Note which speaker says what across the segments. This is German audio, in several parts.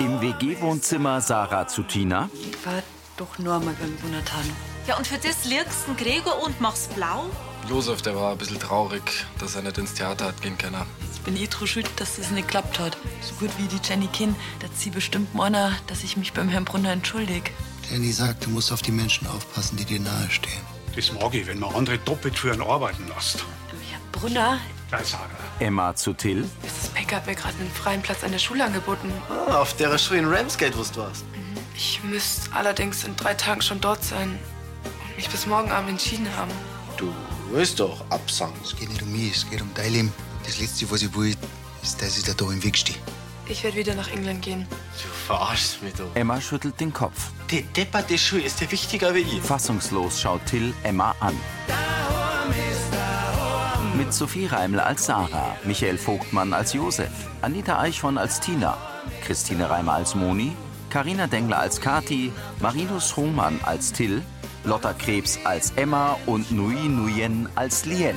Speaker 1: Im WG-Wohnzimmer Sarah zu Tina.
Speaker 2: Ich war doch nur mal beim Jonathan.
Speaker 3: Ja, und für das legst du Gregor und machst blau?
Speaker 4: Josef, der war ein bisschen traurig, dass er nicht ins Theater hat gehen können.
Speaker 2: Ich bin eh dran schuld, dass das nicht geklappt hat. So gut wie die Jenny Kinn, da zieht bestimmt Mona, dass ich mich beim Herrn Brunner entschuldige.
Speaker 5: Jenny sagt, du musst auf die Menschen aufpassen, die dir nahestehen.
Speaker 6: Das mag ich, wenn man andere doppelt für einen arbeiten lässt.
Speaker 7: Herr Brunner,
Speaker 6: Gleich Sarah.
Speaker 1: Emma zu Till.
Speaker 7: Mrs. Becker hat mir gerade einen freien Platz an der Schule angeboten.
Speaker 8: Ah, auf derer Schule in Ramsgate, wo du warst.
Speaker 7: Ich müsste allerdings in drei Tagen schon dort sein und mich bis morgen Abend entschieden haben.
Speaker 8: Du willst doch absagen.
Speaker 5: Es geht nicht um mich, es geht um dein Leben. Das Letzte, was ich will, ist, dass ich dir da im Weg stehe.
Speaker 7: Ich werde wieder nach England gehen.
Speaker 8: Du verarschst mich doch.
Speaker 1: Emma schüttelt den Kopf.
Speaker 8: Die depperte Schule ist dir wichtiger wie ich.
Speaker 1: Fassungslos schaut Till Emma an. Mit Sophie Reiml als Sarah, Michael Vogtmann als Josef, Anita Eichhorn als Tina, Christine Reimer als Moni, Karina Dengler als Kati, Marinus Hohmann als Till, Lotta Krebs als Emma und Nui Nuyen als Lien.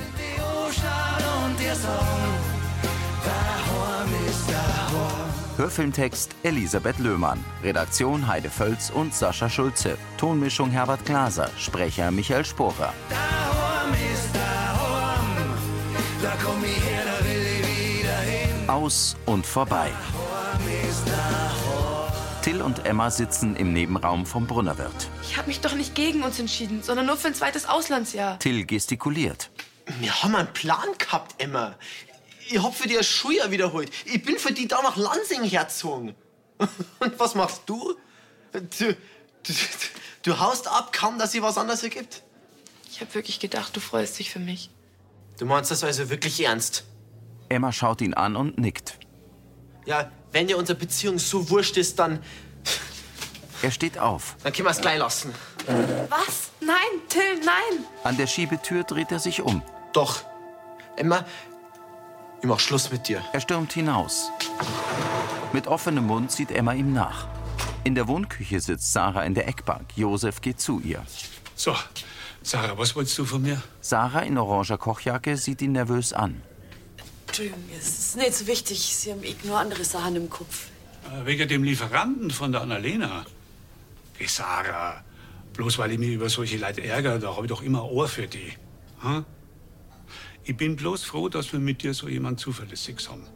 Speaker 1: Hörfilmtext Elisabeth Löhmann, Redaktion Heide Völz und Sascha Schulze, Tonmischung Herbert Glaser, Sprecher Michael Sporer. Aus und vorbei. Till und Emma sitzen im Nebenraum vom Brunnerwirt.
Speaker 7: Ich habe mich doch nicht gegen uns entschieden, sondern nur für ein zweites Auslandsjahr.
Speaker 1: Till gestikuliert.
Speaker 8: Wir haben einen Plan gehabt, Emma. Ich hab für die Schule ja wiederholt. Ich bin für die da nach Lansing herzogen. Und was machst du? Du, du, du haust ab, kaum dass sie was anderes ergibt.
Speaker 7: Ich habe wirklich gedacht, du freust dich für mich.
Speaker 8: Du meinst das also wirklich ernst?
Speaker 1: Emma schaut ihn an und nickt.
Speaker 8: Ja, wenn dir unsere Beziehung so wurscht ist, dann,
Speaker 1: Er steht auf.
Speaker 8: dann können wir es gleich lassen.
Speaker 7: Was? Nein, Till, nein!
Speaker 1: An der Schiebetür dreht er sich um.
Speaker 8: Doch. Emma, ich mach Schluss mit dir.
Speaker 1: Er stürmt hinaus. Mit offenem Mund sieht Emma ihm nach. In der Wohnküche sitzt Sarah in der Eckbank. Josef geht zu ihr.
Speaker 6: So, Sarah, was wolltest du von mir?
Speaker 1: Sarah in oranger Kochjacke sieht ihn nervös an.
Speaker 2: Entschuldigung, es ist nicht so wichtig. Sie haben eh nur andere Sachen im Kopf.
Speaker 6: Äh, Wegen dem Lieferanten von der Annalena. Geh, Sarah. Bloß weil ich mich über solche Leute ärgere, da habe ich doch immer ein Ohr für die. Hm? Ich bin bloß froh, dass wir mit dir so jemand Zuverlässiges haben.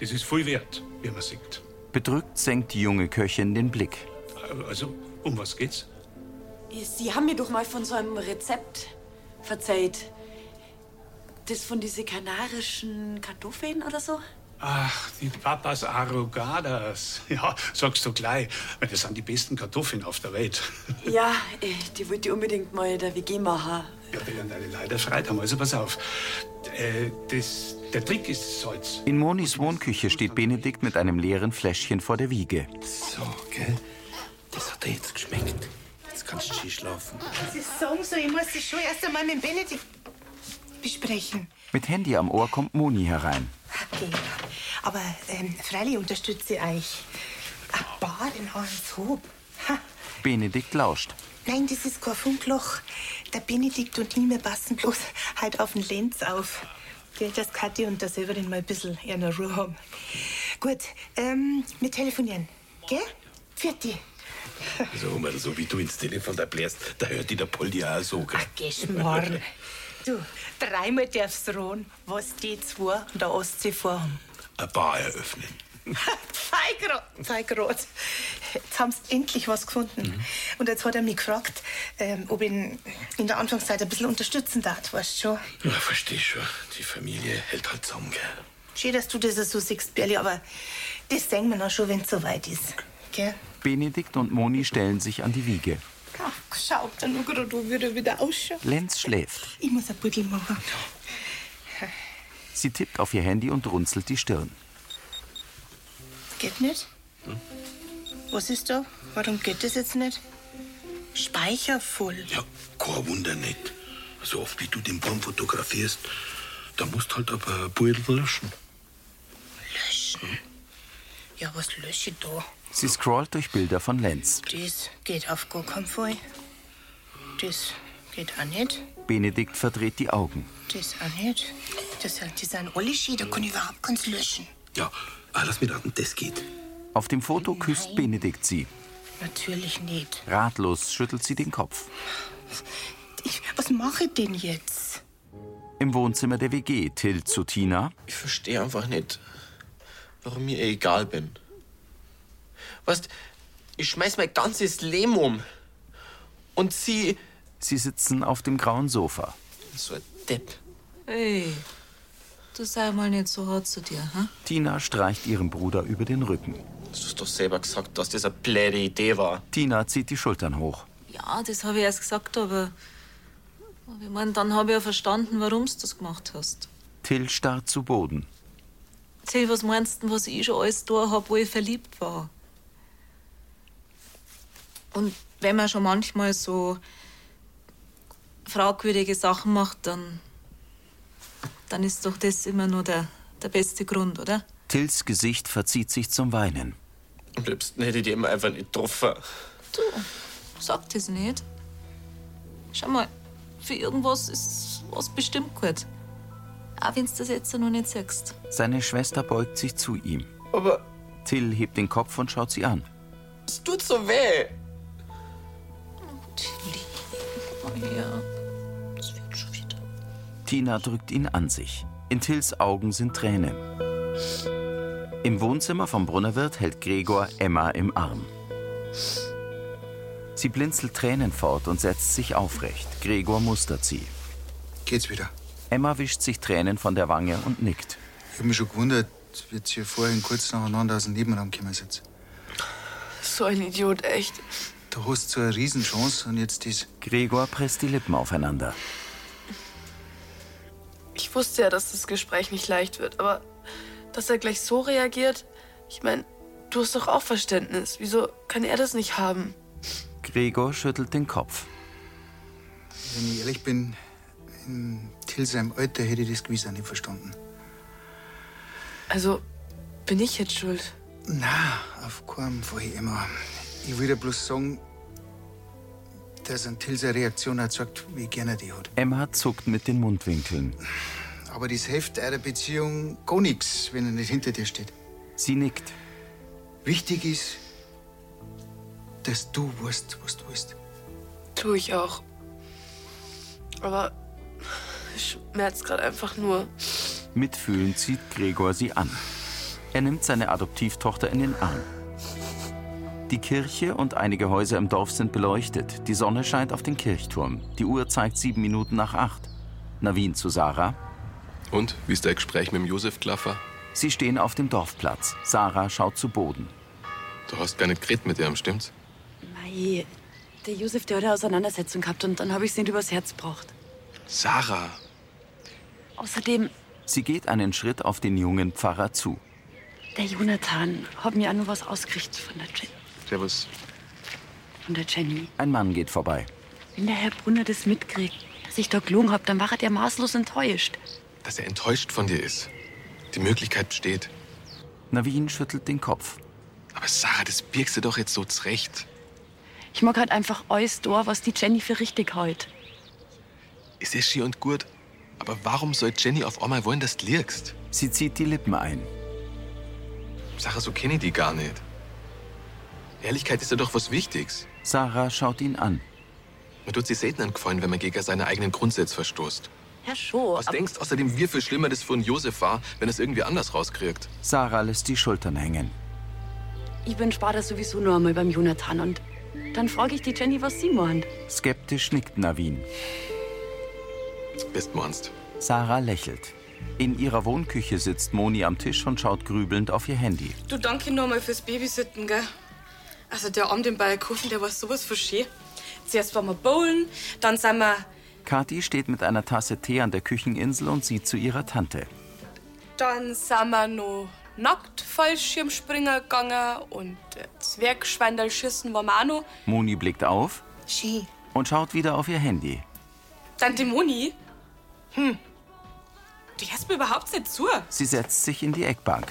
Speaker 6: Das ist viel wert, wie man sieht.
Speaker 1: Bedrückt senkt die junge Köchin den Blick.
Speaker 6: Äh, Also, um was geht's?
Speaker 2: Eh, Sie haben mir doch mal von so einem Rezept verzeiht. Das von diese kanarischen Kartoffeln oder so?
Speaker 6: Ach, die Papas Arrogadas. Ja, sagst du gleich. weil Das sind die besten Kartoffeln auf der Welt.
Speaker 2: Ja, äh, die wollte ich unbedingt mal in der WG machen.
Speaker 6: Ja, die werden alle leider schreit haben. Also pass auf. Äh, das, der Trick ist das Salz.
Speaker 1: In Monis Wohnküche steht Benedikt mit einem leeren Fläschchen vor der Wiege.
Speaker 9: So, gell? Das hat dir jetzt geschmeckt. Jetzt kannst du schön schlafen.
Speaker 10: Sie sagen so, ich muss die Schule erst einmal mit Benedikt besprechen.
Speaker 1: Mit Handy am Ohr kommt Moni herein.
Speaker 10: Okay. Aber ähm, freilich unterstütze ich euch. Ein Bar in Hohenzob. Ha.
Speaker 1: Benedikt lauscht.
Speaker 10: Nein, das ist kein Funkloch. Der Benedikt und ich, wir passen bloß halt auf den Lenz auf. Gell, dass Kathi und der Severin mal ein bisschen eher eine Ruhe haben. Gut, ähm, wir telefonieren. Gell? Pfiat
Speaker 9: Also, Hummer, so wie du ins Telefon da bläst, da hört die der Poldi auch so. Gell?
Speaker 10: Geschmorn. Du, dreimal darfst drohen, was die zwei an der Ostsee vorhaben.
Speaker 9: Eine Bar eröffnen.
Speaker 10: Feigrot, Feigrot. Jetzt haben sie endlich was gefunden. Und jetzt hat er mich gefragt, ähm, ob ich ihn in der Anfangszeit ein bisschen unterstützen darf, weißt du schon.
Speaker 9: Ja, versteh schon. Die Familie hält halt zusammen, gell?
Speaker 10: Schön, dass du das so siehst, Berli, aber das sehen wir noch schon, wenn es soweit ist. Gell?
Speaker 1: Benedikt und Moni stellen sich an die Wiege.
Speaker 10: Ach, schau dann nur gerade, wie er wieder ausschaut.
Speaker 1: Lenz schläft.
Speaker 10: Ich muss ein Pudel machen.
Speaker 1: Sie tippt auf ihr Handy und runzelt die Stirn.
Speaker 10: Geht nicht? Was ist da? Warum geht das jetzt nicht? Speicher voll.
Speaker 9: Ja, kein Wunder nicht. So oft wie du den Baum fotografierst, da musst halt aber ein Beutel löschen.
Speaker 10: Löschen. Ja, was lösche ich da?
Speaker 1: Sie scrollt durch Bilder von Lenz.
Speaker 10: Das geht auf gar keinen Fall. Das geht auch nicht.
Speaker 1: Benedikt verdreht die Augen.
Speaker 10: Das auch nicht. Das, das sind alle Schiede, da kann ich überhaupt keins löschen.
Speaker 9: Ja, ah, lass mich raten, das geht.
Speaker 1: Auf dem Foto küsst Benedikt sie.
Speaker 11: Natürlich nicht.
Speaker 1: Ratlos schüttelt sie den Kopf.
Speaker 11: Ich, was mache ich denn jetzt?
Speaker 1: Im Wohnzimmer der WG Till zu Tina.
Speaker 8: Ich verstehe einfach nicht, warum mir ihr egal bin. Weißt, ich schmeiß mein ganzes Leben um. Und sie.
Speaker 1: Sie sitzen auf dem grauen Sofa.
Speaker 8: So ein Depp.
Speaker 3: Ey, du sei mal nicht so hart zu dir, hm? ha?
Speaker 1: Tina streicht ihrem Bruder über den Rücken.
Speaker 8: Du hast doch selber gesagt, dass das eine blöde Idee war.
Speaker 1: Tina zieht die Schultern hoch.
Speaker 3: Ja, das habe ich erst gesagt, aber. aber Ich meine, dann habe ich ja verstanden, warum du das gemacht hast.
Speaker 1: Till starrt zu Boden.
Speaker 3: Till, was meinst du, was ich schon alles da hab, wo ich verliebt war? Und wenn man schon manchmal so fragwürdige Sachen macht, dann, dann ist doch das immer nur der, der beste Grund, oder?
Speaker 1: Tills Gesicht verzieht sich zum Weinen.
Speaker 8: Am liebsten hätte ich die immer einfach nicht getroffen.
Speaker 3: Du, sag das nicht. Schau mal, für irgendwas ist was bestimmt gut. Auch wenn du das jetzt noch nicht siehst.
Speaker 1: Seine Schwester beugt sich zu ihm.
Speaker 8: Aber
Speaker 1: Till hebt den Kopf und schaut sie an.
Speaker 8: es tut so weh.
Speaker 3: Ja.
Speaker 1: Tina drückt ihn an sich. In Tills Augen sind Tränen. Im Wohnzimmer vom Brunnerwirt hält Gregor Emma im Arm. Sie blinzelt Tränen fort und setzt sich aufrecht. Gregor mustert sie.
Speaker 5: Geht's wieder.
Speaker 1: Emma wischt sich Tränen von der Wange und nickt.
Speaker 5: Ich habe mich schon gewundert, wie jetzt hier vorhin kurz nacheinander aus dem Nebenamt gekommen sind.
Speaker 7: So ein Idiot, echt.
Speaker 5: Du hast so eine Äh, Riesenchance und jetzt das.
Speaker 1: Gregor presst die Lippen aufeinander.
Speaker 7: Ich wusste ja, dass das Gespräch nicht leicht wird, aber dass er gleich so reagiert, ich meine, du hast doch auch Verständnis. Wieso kann er das nicht haben?
Speaker 1: Gregor schüttelt den Kopf.
Speaker 5: Wenn ich ehrlich bin, in Till seinem Alter hätte ich das gewiss auch nicht verstanden.
Speaker 7: Also bin ich jetzt schuld?
Speaker 5: Na, auf keinen Fall immer. Ich würde bloß sagen, dass an Till seine Reaktion auch zeigt, wie gerne er die hat.
Speaker 1: Emma zuckt mit den Mundwinkeln.
Speaker 5: Aber das hilft eurer Beziehung gar nichts, wenn er nicht hinter dir steht.
Speaker 1: Sie nickt.
Speaker 5: Wichtig ist, dass du weißt, was du willst.
Speaker 7: Tue ich auch. Aber schmerzt gerade einfach nur.
Speaker 1: Mitfühlend zieht Gregor sie an. Er nimmt seine Adoptivtochter in den Arm. Die Kirche und einige Häuser im Dorf sind beleuchtet. Die Sonne scheint auf den Kirchturm. Die Uhr zeigt sieben Minuten nach acht. Navin zu Sarah.
Speaker 12: Und, wie ist dein Gespräch mit dem Josef Klaffer?
Speaker 1: Sie stehen auf dem Dorfplatz. Sarah schaut zu Boden.
Speaker 12: Du hast gar nicht geredet mit ihm, stimmt's?
Speaker 13: Mei, der Josef, der hat eine Auseinandersetzung gehabt und dann habe ich es nicht übers Herz gebracht.
Speaker 12: Sarah!
Speaker 13: Außerdem,
Speaker 1: Sie geht einen Schritt auf den jungen Pfarrer zu.
Speaker 13: der Jonathan hat mir auch noch was ausgerichtet von der, Je
Speaker 12: Servus.
Speaker 13: von der Jenny.
Speaker 1: Ein Mann geht vorbei.
Speaker 13: Wenn der Herr Brunner das mitkriegt, dass ich da gelogen habe, dann war er der maßlos enttäuscht.
Speaker 12: Dass er enttäuscht von dir ist. Die Möglichkeit besteht.
Speaker 1: Navin schüttelt den Kopf.
Speaker 12: Aber Sarah, das birgst du doch jetzt so zurecht.
Speaker 13: Ich mag halt einfach alles da, was die Jenny für richtig hält.
Speaker 12: Ist ja schier und gut. Aber warum soll Jenny auf einmal wollen, dass du liegst?
Speaker 1: Sie zieht die Lippen ein.
Speaker 12: Sarah, so kenne ich die gar nicht. Ehrlichkeit ist ja doch was Wichtiges.
Speaker 1: Sarah schaut ihn an.
Speaker 12: Man tut sich selten angefallen, wenn man gegen seine eigenen Grundsätze verstoßt.
Speaker 13: Ja, schon.
Speaker 12: Was denkst außerdem, wie viel schlimmer das für einen Josef war, wenn es irgendwie anders rauskriegt?
Speaker 1: Sarah lässt die Schultern hängen.
Speaker 13: Ich bin Spader sowieso nur einmal beim Jonathan und dann frage ich die Jenny, was sie meint.
Speaker 1: Skeptisch nickt Navin.
Speaker 12: Bist meinst.
Speaker 1: Sarah lächelt. In ihrer Wohnküche sitzt Moni am Tisch und schaut grübelnd auf ihr Handy.
Speaker 14: Du, danke nochmal fürs Babysitten, gell? Also der Abend im Balkofen, der war sowas von schön. Zuerst waren wir bowlen, dann sind wir...
Speaker 1: Kathi steht mit einer Tasse Tee an der Kücheninsel und sieht zu ihrer Tante.
Speaker 14: Dann sind wir noch nackt Fallschirmspringer gegangen und äh, Zwergschweinderl schießen waren wir auch noch.
Speaker 1: Moni blickt auf
Speaker 14: Schön.
Speaker 1: und schaut wieder auf ihr Handy.
Speaker 14: Tante Moni? Hm. Die hörst mir überhaupt nicht zu.
Speaker 1: Sie setzt sich in die Eckbank.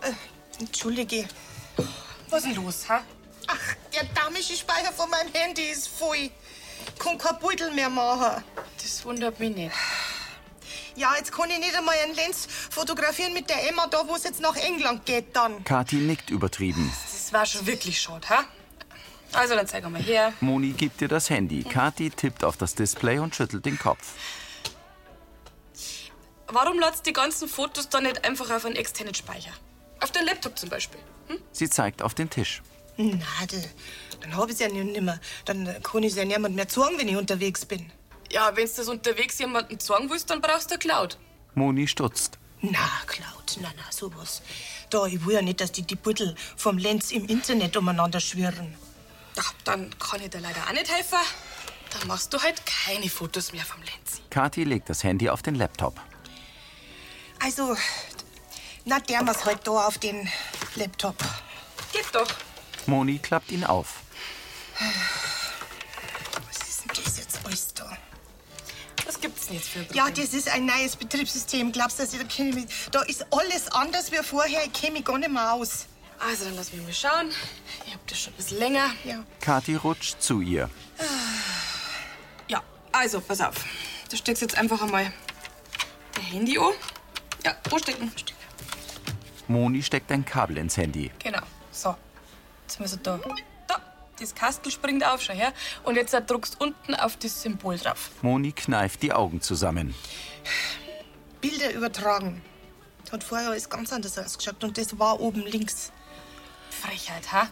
Speaker 10: Äh,
Speaker 14: Entschuldige. Was ist denn los, ha?
Speaker 10: Der damische Speicher von meinem Handy ist voll. Ich kann kein Beutel mehr machen.
Speaker 14: Das wundert mich nicht.
Speaker 10: Ja, jetzt kann ich nicht einmal einen Lenz fotografieren mit der Emma da, wo es jetzt nach England geht dann.
Speaker 1: Kathi nickt übertrieben.
Speaker 14: Das war schon wirklich schot, ha? Also, dann zeig mal her.
Speaker 1: Moni gibt ihr das Handy. Kathi tippt auf das Display und schüttelt den Kopf.
Speaker 14: Warum lädst du die ganzen Fotos dann nicht einfach auf einen externen Speicher? Auf den Laptop zum Beispiel.
Speaker 1: Sie zeigt auf den Tisch.
Speaker 10: Na, du, dann hab ich's ja nicht nimmer. Dann kann ich's ja niemand mehr zeigen, wenn ich unterwegs bin.
Speaker 14: Ja, wenn du das Also, unterwegs jemandem zeigen willst, dann brauchst du eine Cloud.
Speaker 1: Moni stutzt.
Speaker 10: Na, Cloud, na, na, sowas. Da, ich will ja nicht, dass die die Büttel vom Lenz im Internet umeinander schwirren.
Speaker 14: Ach, dann kann ich dir leider auch nicht helfen. Dann machst du halt keine Fotos mehr vom Lenz.
Speaker 1: Kathi legt das Handy auf den Laptop.
Speaker 10: Also, na, der muss halt da auf den Laptop.
Speaker 14: Geht doch.
Speaker 1: Moni klappt ihn auf.
Speaker 10: Was ist denn das jetzt alles da?
Speaker 14: Was gibt's denn jetzt für ein
Speaker 10: Ja, das ist ein neues Betriebssystem. Glaubst du, dass ich da kenne mich? Da ist alles anders wie vorher. Ich kenne mich gar nicht mehr aus.
Speaker 14: Also, dann lass mich mal schauen. Ich hab das schon ein bisschen länger.
Speaker 10: Ja.
Speaker 1: Kathi rutscht zu ihr.
Speaker 14: Ja, also, pass auf. Du steckst jetzt einfach einmal dein Handy an. Ja, wo stecken?
Speaker 1: Moni steckt ein Kabel ins Handy.
Speaker 14: Genau. So. Jetzt müssen wir da. Da. Das Kastel springt auf, schau her. Und jetzt drückst unten auf das Symbol drauf.
Speaker 1: Moni kneift die Augen zusammen.
Speaker 10: Bilder übertragen. Das hat vorher alles ganz anders ausgeschaut und das war oben links.
Speaker 14: Frechheit, ha?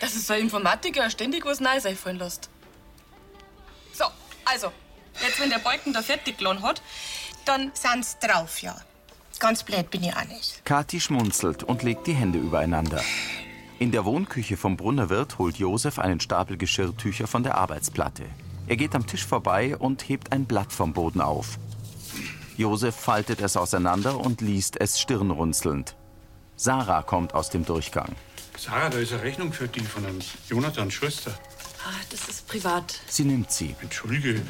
Speaker 14: Das ist so ein Informatiker, ständig was Neues einfallen lässt. So, also, jetzt, wenn der Balken da fertig gelaufen hat, dann
Speaker 10: sind's drauf, ja. Ganz blöd bin ich auch nicht.
Speaker 1: Kathi schmunzelt und legt die Hände übereinander. In der Wohnküche vom Brunnerwirt holt Josef einen Stapel Geschirrtücher von der Arbeitsplatte. Er geht am Tisch vorbei und hebt ein Blatt vom Boden auf. Josef faltet es auseinander und liest es stirnrunzelnd. Sarah kommt aus dem Durchgang.
Speaker 6: Sarah, da ist eine Rechnung für die von einem Jonathan Schwester.
Speaker 13: Ah, das ist privat.
Speaker 1: Sie nimmt sie.
Speaker 6: Entschuldige,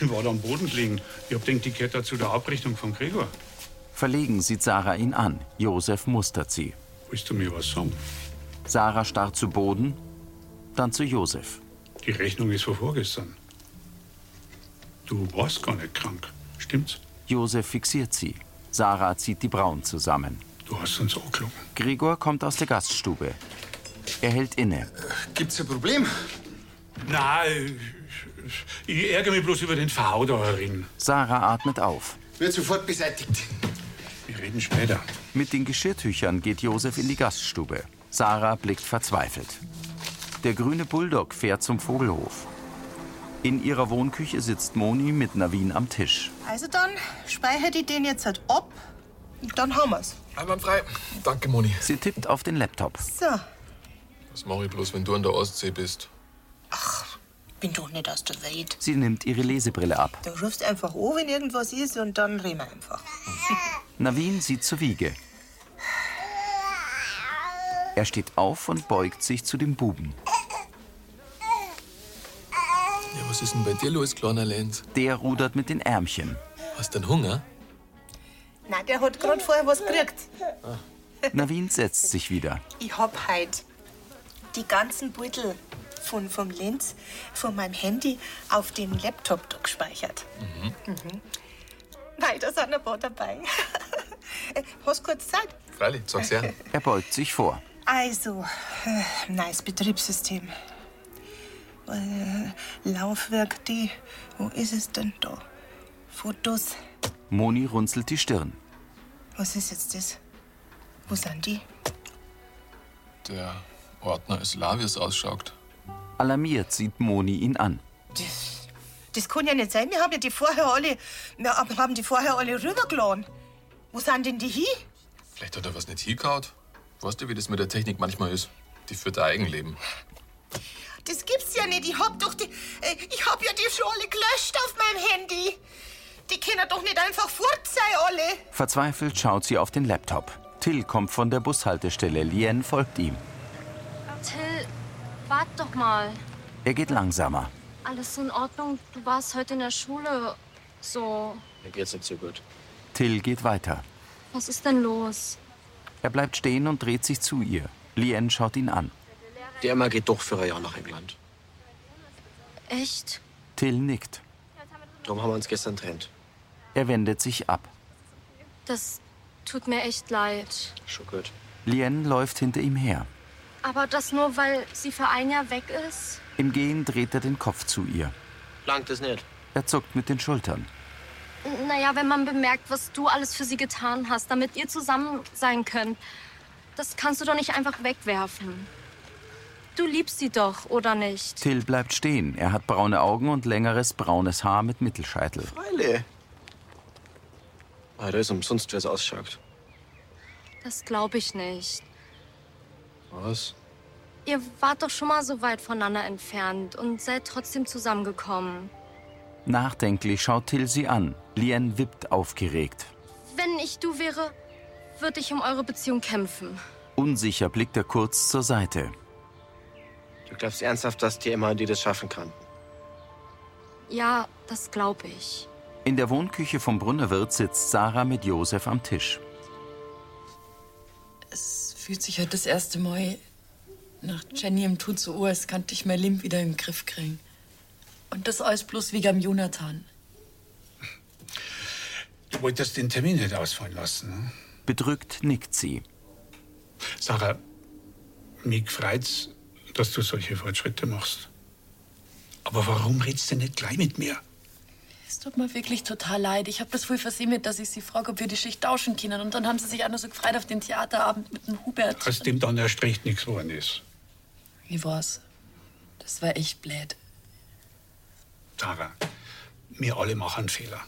Speaker 6: die war da am Boden liegen. Ich hab denkt, die gehört da zu der Abrechnung von Gregor.
Speaker 1: Verlegen sieht Sarah ihn an. Josef mustert sie.
Speaker 6: Willst du mir was sagen?
Speaker 1: Sarah starrt zu Boden, dann zu Josef.
Speaker 6: Die Rechnung ist von vorgestern. Du warst gar nicht krank, stimmt's?
Speaker 1: Josef fixiert sie. Sarah zieht die Brauen zusammen.
Speaker 6: Du hast uns angelogen.
Speaker 1: Gregor kommt aus der Gaststube. Er hält inne.
Speaker 5: Gibt's ein Problem?
Speaker 6: Nein, ich ärgere mich bloß über den Verhauderin.
Speaker 1: Sarah atmet auf.
Speaker 5: Wird sofort beseitigt.
Speaker 6: Wir reden später.
Speaker 1: Mit den Geschirrtüchern geht Josef in die Gaststube. Sarah blickt verzweifelt. Der grüne Bulldog fährt zum Vogelhof. In ihrer Wohnküche sitzt Moni mit Navin am Tisch.
Speaker 10: Also dann speichere ich den jetzt halt ab und dann haben wir's.
Speaker 12: Einwandfrei. Danke, Moni.
Speaker 1: Sie tippt auf den Laptop.
Speaker 10: So,
Speaker 12: Was mache ich bloß, wenn du an der Ostsee bist?
Speaker 10: bin doch nicht aus der Welt.
Speaker 1: Sie nimmt ihre Lesebrille ab.
Speaker 10: Du rufst einfach an, wenn irgendwas ist und dann reden wir einfach.
Speaker 1: Navin sieht zur Wiege. Er steht auf und beugt sich zu dem Buben.
Speaker 12: Ja, was ist denn bei dir los, kleiner Lenz?
Speaker 1: Der rudert mit den Ärmchen.
Speaker 12: Hast denn Hunger?
Speaker 10: Na, der hat gerade vorher was gekriegt.
Speaker 1: Navin setzt sich wieder.
Speaker 10: Ich hab halt die ganzen Beutel von, vom Lenz, von meinem Handy auf dem Laptop da gespeichert. Mhm. Weil da sind ein paar dabei. Äh, Hast kurz Zeit?
Speaker 12: Freilich, sag's her.
Speaker 1: Er beugt sich vor.
Speaker 10: Also, äh, nice Betriebssystem. Äh, Laufwerk D. Wo ist es denn da? Fotos.
Speaker 1: Moni runzelt die Stirn.
Speaker 10: Was ist jetzt das? Wo sind die?
Speaker 12: Der Ordner ist Lavius ausschaut.
Speaker 1: Alarmiert sieht Moni ihn an.
Speaker 10: Das kann ja nicht sein. Wir haben ja die vorher alle, wir hab- haben die vorher alle rübergeladen. Wo sind denn die hin?
Speaker 12: Vielleicht hat er was nicht hingehaut. Weißt du, wie das mit der Technik manchmal ist? Die führt ein Eigenleben.
Speaker 10: Das gibt's ja nicht. Ich hab doch die, äh, ich hab ja die schon alle gelöscht auf meinem Handy. Die können doch nicht einfach fort sein, alle.
Speaker 1: Verzweifelt schaut sie auf den Laptop. Till kommt von der Bushaltestelle. Lien folgt ihm.
Speaker 15: Till, wart doch mal.
Speaker 1: Er geht langsamer.
Speaker 15: Alles in Ordnung? Du warst heute in der Schule. So,
Speaker 16: Mir geht's nicht so gut.
Speaker 1: Till geht weiter.
Speaker 15: was ist denn los?
Speaker 1: Er bleibt stehen und dreht sich zu ihr. Lien schaut ihn an.
Speaker 16: Die Emma geht doch für ein Jahr nach England.
Speaker 15: Echt?
Speaker 1: Till nickt.
Speaker 16: Darum haben wir uns gestern getrennt.
Speaker 1: Er wendet sich ab.
Speaker 15: Das tut mir echt leid.
Speaker 16: Schon gut.
Speaker 1: Lien läuft hinter ihm her.
Speaker 15: Aber das nur, weil sie für ein Jahr weg ist?
Speaker 1: Im Gehen dreht er den Kopf zu ihr.
Speaker 16: Langt es nicht.
Speaker 1: Er zuckt mit den Schultern.
Speaker 15: N- Naja, wenn man bemerkt, was du alles für sie getan hast, damit ihr zusammen sein könnt. Das kannst du doch nicht einfach wegwerfen. Du liebst sie doch, oder nicht?
Speaker 1: Till bleibt stehen. Er hat braune Augen und längeres braunes Haar mit Mittelscheitel.
Speaker 16: Eile. Ah, da ist umsonst, wie es ausschaut.
Speaker 15: Das glaube ich nicht.
Speaker 16: Was?
Speaker 15: Ihr wart doch schon mal so weit voneinander entfernt und seid trotzdem zusammengekommen.
Speaker 1: Nachdenklich schaut Till sie an. Lien wippt aufgeregt.
Speaker 15: Wenn ich du wäre, würde ich um eure Beziehung kämpfen.
Speaker 1: Unsicher blickt er kurz zur Seite.
Speaker 16: Du glaubst ernsthaft, dass die Emma die das schaffen kann?
Speaker 15: Ja, das glaube ich.
Speaker 1: In der Wohnküche vom Brunnerwirt sitzt Sarah mit Josef am Tisch.
Speaker 2: Es fühlt sich halt das erste Mal nach Jenny im Tun so an, als könnte ich mein Leben wieder im Griff kriegen. Und das alles bloß wegen am Jonathan.
Speaker 6: Du wolltest den Termin nicht ausfallen lassen. Ne?
Speaker 1: Bedrückt nickt sie.
Speaker 6: Sarah, mich freut's, dass du solche Fortschritte machst. Aber warum redst du nicht gleich mit mir?
Speaker 2: Es tut mir wirklich total leid. Ich habe das wohl versemmelt, dass ich sie frage, ob wir die Schicht tauschen können. Und dann haben sie sich auch noch so gefreut auf den Theaterabend mit dem Hubert.
Speaker 6: Als dem dann erst recht nichts geworden ist.
Speaker 2: Ich weiß, das war echt blöd.
Speaker 6: Sarah, wir alle machen Fehler.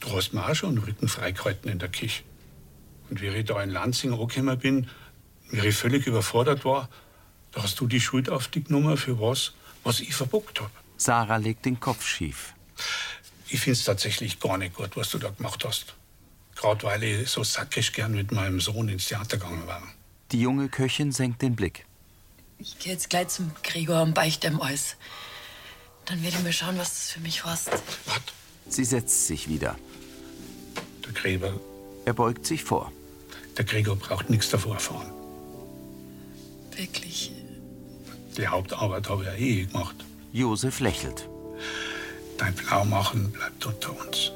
Speaker 6: Du hast mir auch schon den Rücken freigehalten in der Küche. Und wie ich da in Lansing angekommen bin, wie ich völlig überfordert war, da hast du die Schuld auf dich genommen für was, was ich verbockt habe.
Speaker 1: Sarah legt den Kopf schief.
Speaker 6: Ich find's tatsächlich gar nicht gut, was du da gemacht hast. Gerade weil ich so sackisch gern mit meinem Sohn ins Theater gegangen war.
Speaker 1: Die junge Köchin senkt den Blick.
Speaker 2: Ich gehe jetzt gleich zum Gregor und beichte ihm alles. Dann werde ich mal schauen, was das für mich heißt.
Speaker 1: Sie setzt sich wieder.
Speaker 6: Der Gräber.
Speaker 1: Er beugt sich vor.
Speaker 6: Der Gregor braucht nichts davor erfahren.
Speaker 2: Wirklich.
Speaker 6: Die Hauptarbeit habe ich ja eh gemacht.
Speaker 1: Josef lächelt.
Speaker 6: Dein Blaumachen bleibt unter uns.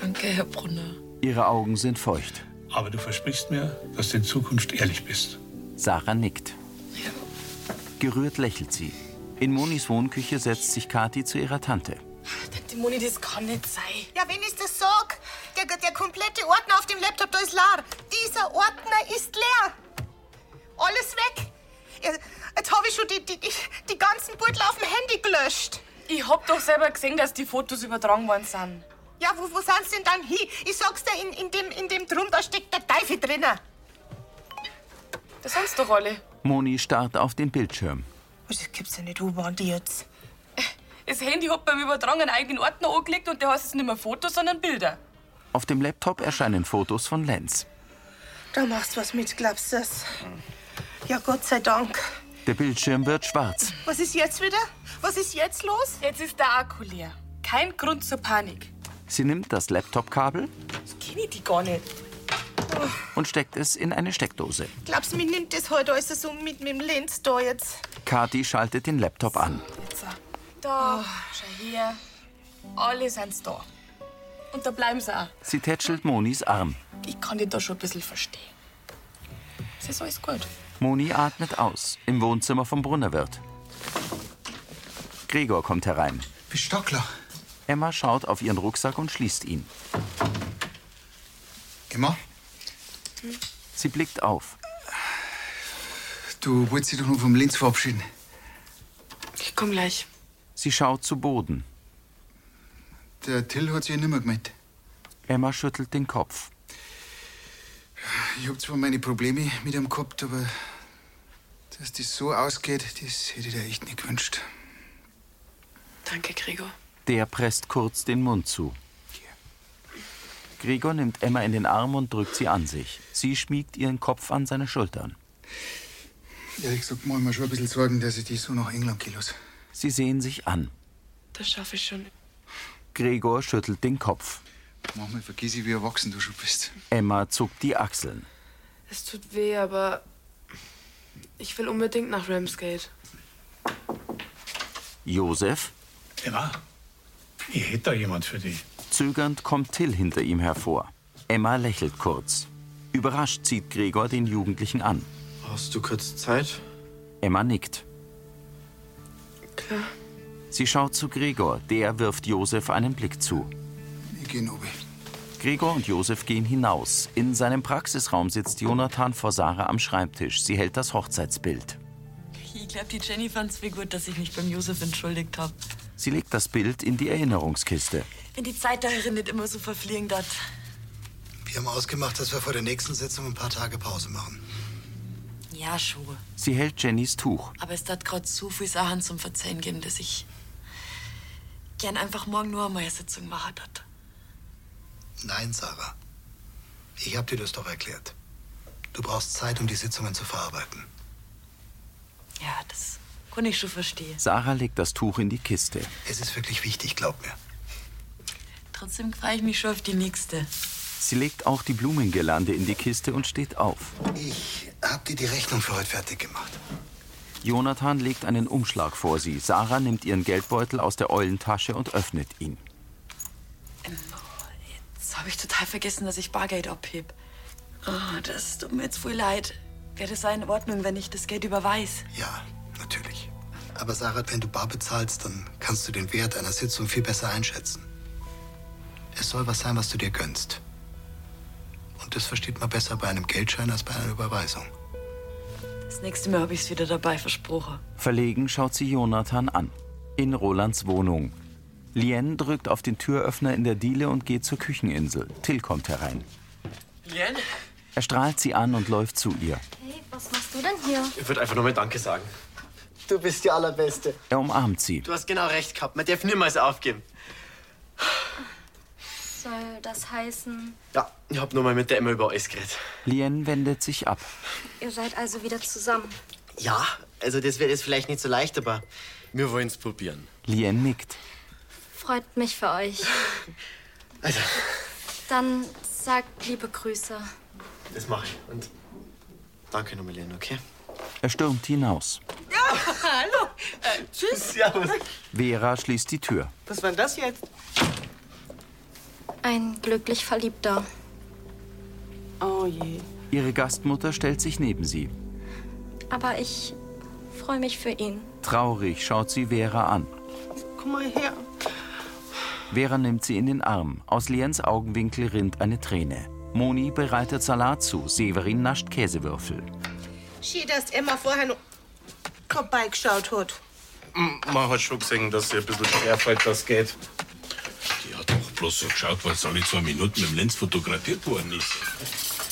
Speaker 2: Danke, Herr Brunner.
Speaker 1: Ihre Augen sind feucht.
Speaker 6: Aber du versprichst mir, dass du in Zukunft ehrlich bist.
Speaker 1: Sarah nickt. Gerührt lächelt sie. In Monis Wohnküche setzt sich Kathi zu ihrer Tante.
Speaker 14: Die Moni, das kann nicht sein.
Speaker 10: Ja, wen ist das Sorg? Der, der komplette Ordner auf dem Laptop, da ist leer. Dieser Ordner ist leer. Alles weg. Ja, Jetzt habe ich schon die, die, die, die ganzen Beutel auf dem Handy gelöscht.
Speaker 14: Ich hab doch selber gesehen, dass die Fotos übertragen worden sind.
Speaker 10: Ja, wo, wo sind sie denn dann hin? Ich sag's dir, in, in, dem, in dem Drum, da steckt der Teufel drinnen.
Speaker 14: Das sind's doch alle.
Speaker 1: Moni starrt auf den Bildschirm.
Speaker 10: Das gibt's ja nicht, wo waren die jetzt?
Speaker 14: Das Handy hat beim Übertragen einen eigenen Ordner angelegt und der heißt jetzt nicht mehr Fotos, sondern Bilder.
Speaker 1: Auf dem Laptop erscheinen Fotos von Lenz.
Speaker 10: Da machst du was mit, glaubst du das? Ja, Gott sei Dank.
Speaker 1: Der Bildschirm wird schwarz.
Speaker 10: Was ist jetzt wieder? Was ist jetzt los?
Speaker 14: Jetzt ist der Akku leer. Kein Grund zur Panik.
Speaker 1: Sie nimmt das Laptopkabel
Speaker 14: Ich kenne die gar nicht.
Speaker 1: und steckt es in eine Steckdose.
Speaker 10: Glaubst du, mir nimmt das heute alles so mit, mit dem Lenz da jetzt?
Speaker 1: Kathi schaltet den Laptop an.
Speaker 10: Ah.
Speaker 14: Da, Oh, schau her. Alle sind's da. Und da bleiben sie auch.
Speaker 1: Sie tätschelt Monis Arm.
Speaker 14: Ich kann dich da schon ein bisschen verstehen. Es ist alles gut.
Speaker 1: Moni atmet aus im Wohnzimmer vom Brunnerwirt. Gregor kommt herein.
Speaker 5: Pistockler.
Speaker 1: Emma schaut auf ihren Rucksack und schließt ihn.
Speaker 5: Emma?
Speaker 1: Sie blickt auf.
Speaker 5: Du wolltest dich doch nur vom Linz verabschieden.
Speaker 14: Ich komm gleich.
Speaker 1: Sie schaut zu Boden.
Speaker 5: Der Till hat sich nicht mehr gemeldet.
Speaker 1: Emma schüttelt den Kopf.
Speaker 5: Ich hab zwar meine Probleme mit ihm gehabt, aber dass das so ausgeht, das hätte ich dir echt nicht gewünscht.
Speaker 14: Danke, Gregor.
Speaker 1: Der presst kurz den Mund zu. Gregor nimmt Emma in den Arm und drückt sie an sich. Sie schmiegt ihren Kopf an seine Schultern.
Speaker 5: Ehrlich gesagt, mach ich mir schon ein bisschen Sorgen, dass ich dich so nach England gehen lasse.
Speaker 1: Sie sehen sich an.
Speaker 14: Das schaffe ich schon.
Speaker 1: Gregor schüttelt den Kopf.
Speaker 5: Manchmal vergesse ich, wie erwachsen du schon bist.
Speaker 1: Emma zuckt die Achseln.
Speaker 7: Es tut weh, aber ich will unbedingt nach Ramsgate.
Speaker 1: Josef
Speaker 6: Emma, ich hätte da jemand für dich.
Speaker 1: Zögernd kommt Till hinter ihm hervor. Emma lächelt kurz. Überrascht zieht Gregor den Jugendlichen an.
Speaker 16: Hast du kurz Zeit?
Speaker 1: Emma nickt. Sie schaut zu Gregor, der wirft Josef einen Blick zu.
Speaker 5: Wir gehen oben.
Speaker 1: Gregor und Josef gehen hinaus. In seinem Praxisraum sitzt Jonathan vor Sarah am Schreibtisch. Sie hält das Hochzeitsbild.
Speaker 2: Ich glaube, die Jenny fand es wie gut, dass ich mich beim Josef entschuldigt habe.
Speaker 1: Sie legt das Bild in die Erinnerungskiste.
Speaker 2: Wenn die Zeit darin nicht immer so verfliegen hat.
Speaker 17: Wir haben ausgemacht, dass wir vor der nächsten Sitzung ein paar Tage Pause machen.
Speaker 2: Ja, schon.
Speaker 1: Sie hält Jennys Tuch.
Speaker 2: Aber es hat gerade so viel Sachen zum Verzeihen geben, dass ich gern einfach morgen nur einmal eine Sitzung machen hat.
Speaker 17: Nein, Sarah. Ich habe dir das doch erklärt. Du brauchst Zeit, um die Sitzungen zu verarbeiten.
Speaker 2: Ja, das kann ich schon verstehen.
Speaker 1: Sarah legt das Tuch in die Kiste.
Speaker 17: Es ist wirklich wichtig, glaub mir.
Speaker 2: Trotzdem freue ich mich schon auf die nächste.
Speaker 1: Sie legt auch die Blumengelande in die Kiste und steht auf.
Speaker 17: Ich hab dir die Rechnung für heute fertig gemacht.
Speaker 1: Jonathan legt einen Umschlag vor sie. Sarah nimmt ihren Geldbeutel aus der Eulentasche und öffnet ihn.
Speaker 2: Jetzt habe ich total vergessen, dass ich Bargeld abhebe. Oh, das tut mir jetzt voll leid. Wäre es in Ordnung, wenn ich das Geld überweise?
Speaker 17: Ja, natürlich. Aber Sarah, wenn du bar bezahlst, dann kannst du den Wert einer Sitzung viel besser einschätzen. Es soll was sein, was du dir gönnst. Und das versteht man besser bei einem Geldschein als bei einer Überweisung.
Speaker 2: Das nächste Mal habe ich es wieder dabei versprochen.
Speaker 1: Verlegen schaut sie Jonathan an. In Rolands Wohnung. Lien drückt auf den Türöffner in der Diele und geht zur Kücheninsel. Till kommt herein.
Speaker 16: Lien?
Speaker 1: Er strahlt sie an und läuft zu ihr.
Speaker 15: Hey, was machst du denn hier?
Speaker 16: Ich würde einfach nur mal Danke sagen.
Speaker 8: Du bist die Allerbeste.
Speaker 1: Er umarmt sie.
Speaker 8: Du hast genau recht gehabt. Man darf niemals aufgeben.
Speaker 15: Soll das heißen,
Speaker 16: Ja, ich hab nur mal mit der Emma über alles geredet.
Speaker 1: Lien wendet sich ab.
Speaker 15: ihr seid also wieder zusammen?
Speaker 8: Ja, also das wäre jetzt vielleicht nicht so leicht, aber
Speaker 16: Wir wollen's probieren.
Speaker 1: Lien nickt.
Speaker 15: Freut mich für euch.
Speaker 8: Also.
Speaker 15: Dann sagt liebe Grüße.
Speaker 16: Das mache ich. Und danke nochmal, Lien, okay?
Speaker 1: Er stürmt hinaus.
Speaker 8: Ja, hallo. Äh, tschüss. Servus.
Speaker 1: Vera schließt die Tür.
Speaker 8: Was war denn das jetzt?
Speaker 15: Ein glücklich Verliebter.
Speaker 1: Oh je. Ihre Gastmutter stellt sich neben sie.
Speaker 15: Aber ich freue mich für ihn.
Speaker 1: Traurig schaut sie Vera an.
Speaker 15: Komm mal her.
Speaker 1: Vera nimmt sie in den Arm. Aus Liens Augenwinkel rinnt eine Träne. Moni bereitet Salat zu. Severin nascht Käsewürfel.
Speaker 10: Schön, dass Emma vorher noch vorbeigeschaut hat.
Speaker 9: Man hat schon gesehen, dass ihr ein bisschen schwerfällt, das geht.
Speaker 6: Die
Speaker 9: hat doch bloß so geschaut, weil es alle zwei Minuten mit dem Lenz fotografiert worden ist.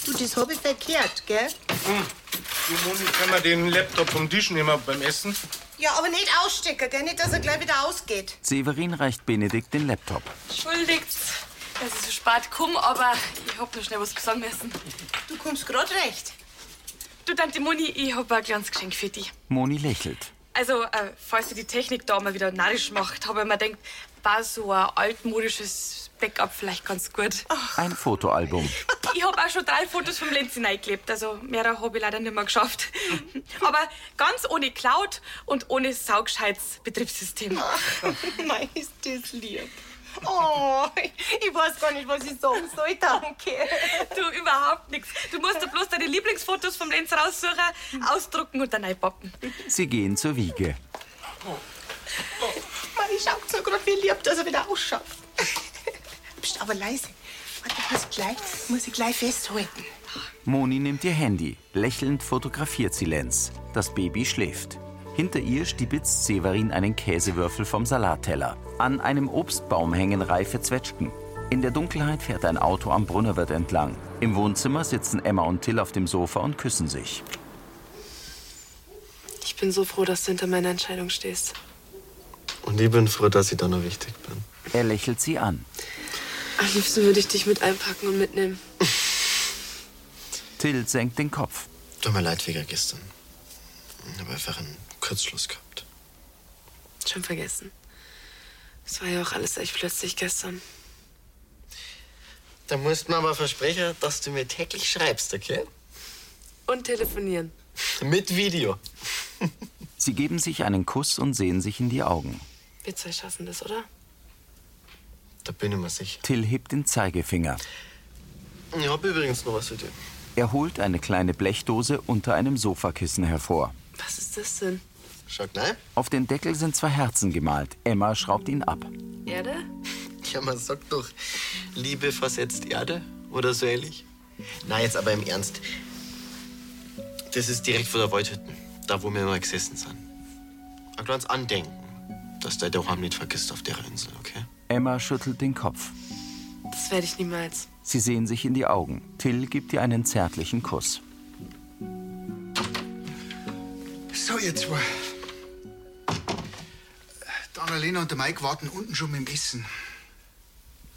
Speaker 10: Du, das hab ich verkehrt, gell?
Speaker 9: Du, Moni, kann man den Laptop vom Tisch nehmen beim Essen?
Speaker 10: Ja, aber nicht ausstecken, gell? Nicht, dass er gleich wieder ausgeht.
Speaker 1: Severin reicht Benedikt den Laptop.
Speaker 14: Entschuldigt, dass ich so spät komme, aber ich hab noch schnell was besorgen müssen.
Speaker 10: Du kommst grad recht.
Speaker 14: Du, Tante Moni, ich hab ein kleines Geschenk für dich.
Speaker 1: Moni lächelt.
Speaker 14: Also, äh, falls dir die Technik da mal wieder narrisch macht, habe ich mir gedacht, war so ein altmodisches Backup vielleicht ganz gut.
Speaker 1: Ein Fotoalbum.
Speaker 14: Ich habe auch schon drei Fotos vom Lenz hineingeklebt, also mehrere habe ich leider nicht mehr geschafft. Aber ganz ohne Cloud und ohne saugescheites Betriebssystem.
Speaker 10: Mei, ist das lieb. Oh, ich weiß gar nicht, was ich sagen soll. Danke.
Speaker 14: Du, überhaupt nichts. Du musst dir bloß deine Lieblingsfotos vom Lenz raussuchen, ausdrucken und dann einpappen.
Speaker 1: Sie gehen zur Wiege.
Speaker 10: Mann, ich schau so grad, wie lieb, dass er wieder ausschaut. Bist aber leise. Warte, hast gleich, muss ich gleich festhalten.
Speaker 1: Moni nimmt ihr Handy. Lächelnd fotografiert sie Lenz. Das Baby schläft. Hinter ihr stibitzt Severin einen Käsewürfel vom Salatteller. An einem Obstbaum hängen reife Zwetschgen. In der Dunkelheit fährt ein Auto am Brunnerwirt entlang. Im Wohnzimmer sitzen Emma und Till auf dem Sofa und küssen sich.
Speaker 7: Ich bin so froh, dass du hinter meiner Entscheidung stehst.
Speaker 16: Und ich bin froh, dass ich da noch wichtig bin.
Speaker 1: Er lächelt sie an.
Speaker 7: Am liebsten würde ich dich mit einpacken und mitnehmen.
Speaker 1: Till senkt den Kopf.
Speaker 16: Tut mir leid wegen gestern. Ich habe einfach einen Kurzschluss gehabt.
Speaker 7: Schon vergessen. Es war ja auch alles echt plötzlich gestern.
Speaker 8: Da musst mir aber versprechen, dass du mir täglich schreibst, okay?
Speaker 7: Und telefonieren.
Speaker 16: Mit Video.
Speaker 1: Sie geben sich einen Kuss und sehen sich in die Augen.
Speaker 7: Wir zwei schaffen das, oder?
Speaker 16: Da bin ich mir sicher.
Speaker 1: Till hebt den Zeigefinger.
Speaker 16: Ich habe übrigens noch was für dich.
Speaker 1: Er holt eine kleine Blechdose unter einem Sofakissen hervor.
Speaker 7: Was ist das denn?
Speaker 16: Schaut nein.
Speaker 1: Auf den Deckel sind zwei Herzen gemalt. Emma schraubt ihn ab.
Speaker 7: Erde?
Speaker 16: Ja, man sagt doch, Liebe versetzt Erde oder so ähnlich. Na, jetzt aber im Ernst. Das ist direkt vor der Waldhütte, da wo wir mal gesessen sind. Ein kleines Andenken, dass der daheim nicht vergisst auf der Insel, okay?
Speaker 1: Emma schüttelt den Kopf.
Speaker 7: Das werde ich niemals.
Speaker 1: Sie sehen sich in die Augen. Till gibt ihr einen zärtlichen Kuss.
Speaker 5: So, ihr zwei. Die Annalena und der Mike warten unten schon mit dem Essen.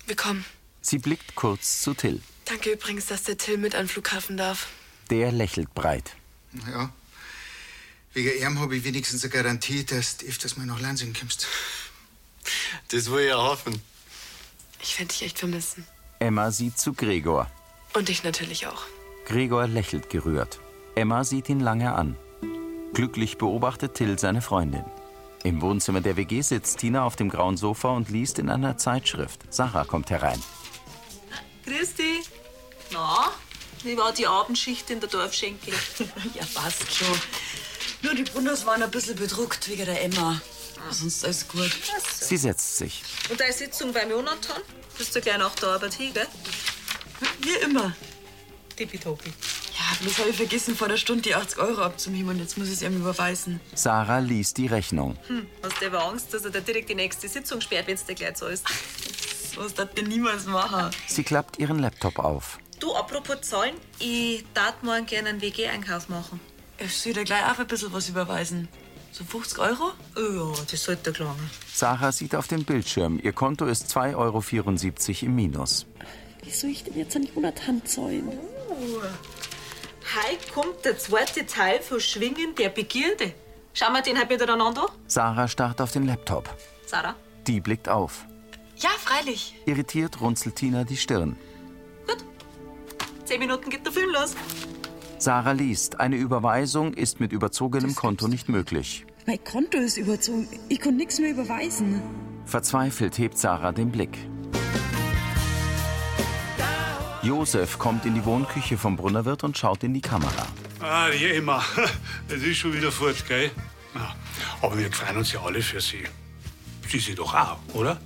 Speaker 7: Wir kommen.
Speaker 1: Sie blickt kurz zu Till.
Speaker 7: Danke übrigens, dass der Till mit an den Flughafen darf.
Speaker 1: Der lächelt breit.
Speaker 5: Ja. Wegen ihm habe ich wenigstens eine Garantie, dass du öfters mal nach Lansing kommst.
Speaker 16: Das will ich ja hoffen.
Speaker 7: Ich werde dich echt vermissen.
Speaker 1: Emma sieht zu Gregor.
Speaker 7: Und dich natürlich auch.
Speaker 1: Gregor lächelt gerührt. Emma sieht ihn lange an. Glücklich beobachtet Till seine Freundin. Im Wohnzimmer der WG sitzt Tina auf dem grauen Sofa und liest in einer Zeitschrift. Sarah kommt herein.
Speaker 3: Christi. Na, wie war die Abendschicht in der Dorfschenke?
Speaker 18: Ja, passt schon. Nur die Brunnas waren ein bisschen bedruckt wegen der Emma.
Speaker 2: Ah,
Speaker 18: Sonst alles gut.
Speaker 1: Sie setzt sich.
Speaker 3: Und deine Sitzung beim Jonathan? Bist du gleich nach der Arbeit hin, gell?
Speaker 18: Wie immer.
Speaker 3: Tippitoppi.
Speaker 2: Ja, bloß habe ich vergessen, vor der Stunde die 80 Euro abzunehmen und jetzt muss ich es ihm überweisen.
Speaker 1: Sarah liest die Rechnung.
Speaker 3: Hm, hast du aber Angst, dass er dir direkt die nächste Sitzung sperrt, wenn du dir gleich zahlst?
Speaker 2: Was das denn niemals machen?
Speaker 1: Sie klappt ihren Laptop auf.
Speaker 3: Du, apropos Zahlen, ich darf morgen gerne einen WG-Einkauf machen.
Speaker 2: Ich soll dir gleich auch ein bisschen was überweisen. So 50 Euro?
Speaker 3: Ja, das sollte klangen.
Speaker 1: Sarah sieht auf den Bildschirm. Ihr Konto ist 2,74 Euro im Minus.
Speaker 18: Wie soll ich denn jetzt an Jonathan zahlen?
Speaker 3: Oh. Heute kommt der zweite Teil von Schwingen der Begierde. Schauen wir den halt miteinander an.
Speaker 1: Sarah starrt auf den Laptop.
Speaker 3: Sarah?
Speaker 1: Die blickt auf.
Speaker 3: Ja, freilich.
Speaker 1: Irritiert runzelt Tina die Stirn.
Speaker 3: Zehn Minuten geht der Film los.
Speaker 1: Sarah liest. Eine Überweisung ist mit überzogenem Konto nicht möglich.
Speaker 18: Mein Konto ist überzogen. Ich konnte nichts mehr überweisen.
Speaker 1: Verzweifelt hebt Sarah den Blick. Josef kommt in die Wohnküche vom Brunnerwirt und schaut in die Kamera.
Speaker 6: Ah, die Emma. Es ist schon wieder fort, gell? Ja. Aber wir freuen uns ja alle für sie. Sie sind doch auch, oder?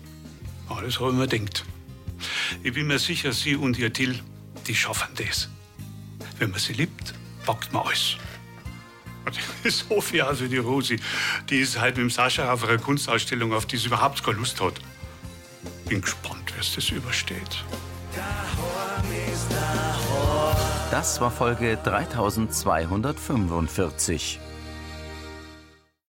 Speaker 6: Ah, Alles haben wir denkt. Ich bin mir sicher, sie und ihr Till, die schaffen das. Wenn man sie liebt, packt man alles. Und Das hoffe ich auch für die Rosi. Die ist halt mit dem Sascha auf einer Kunstausstellung, auf die sie überhaupt keine Lust hat. Bin gespannt, wie es das übersteht.
Speaker 1: Das war Folge 3245.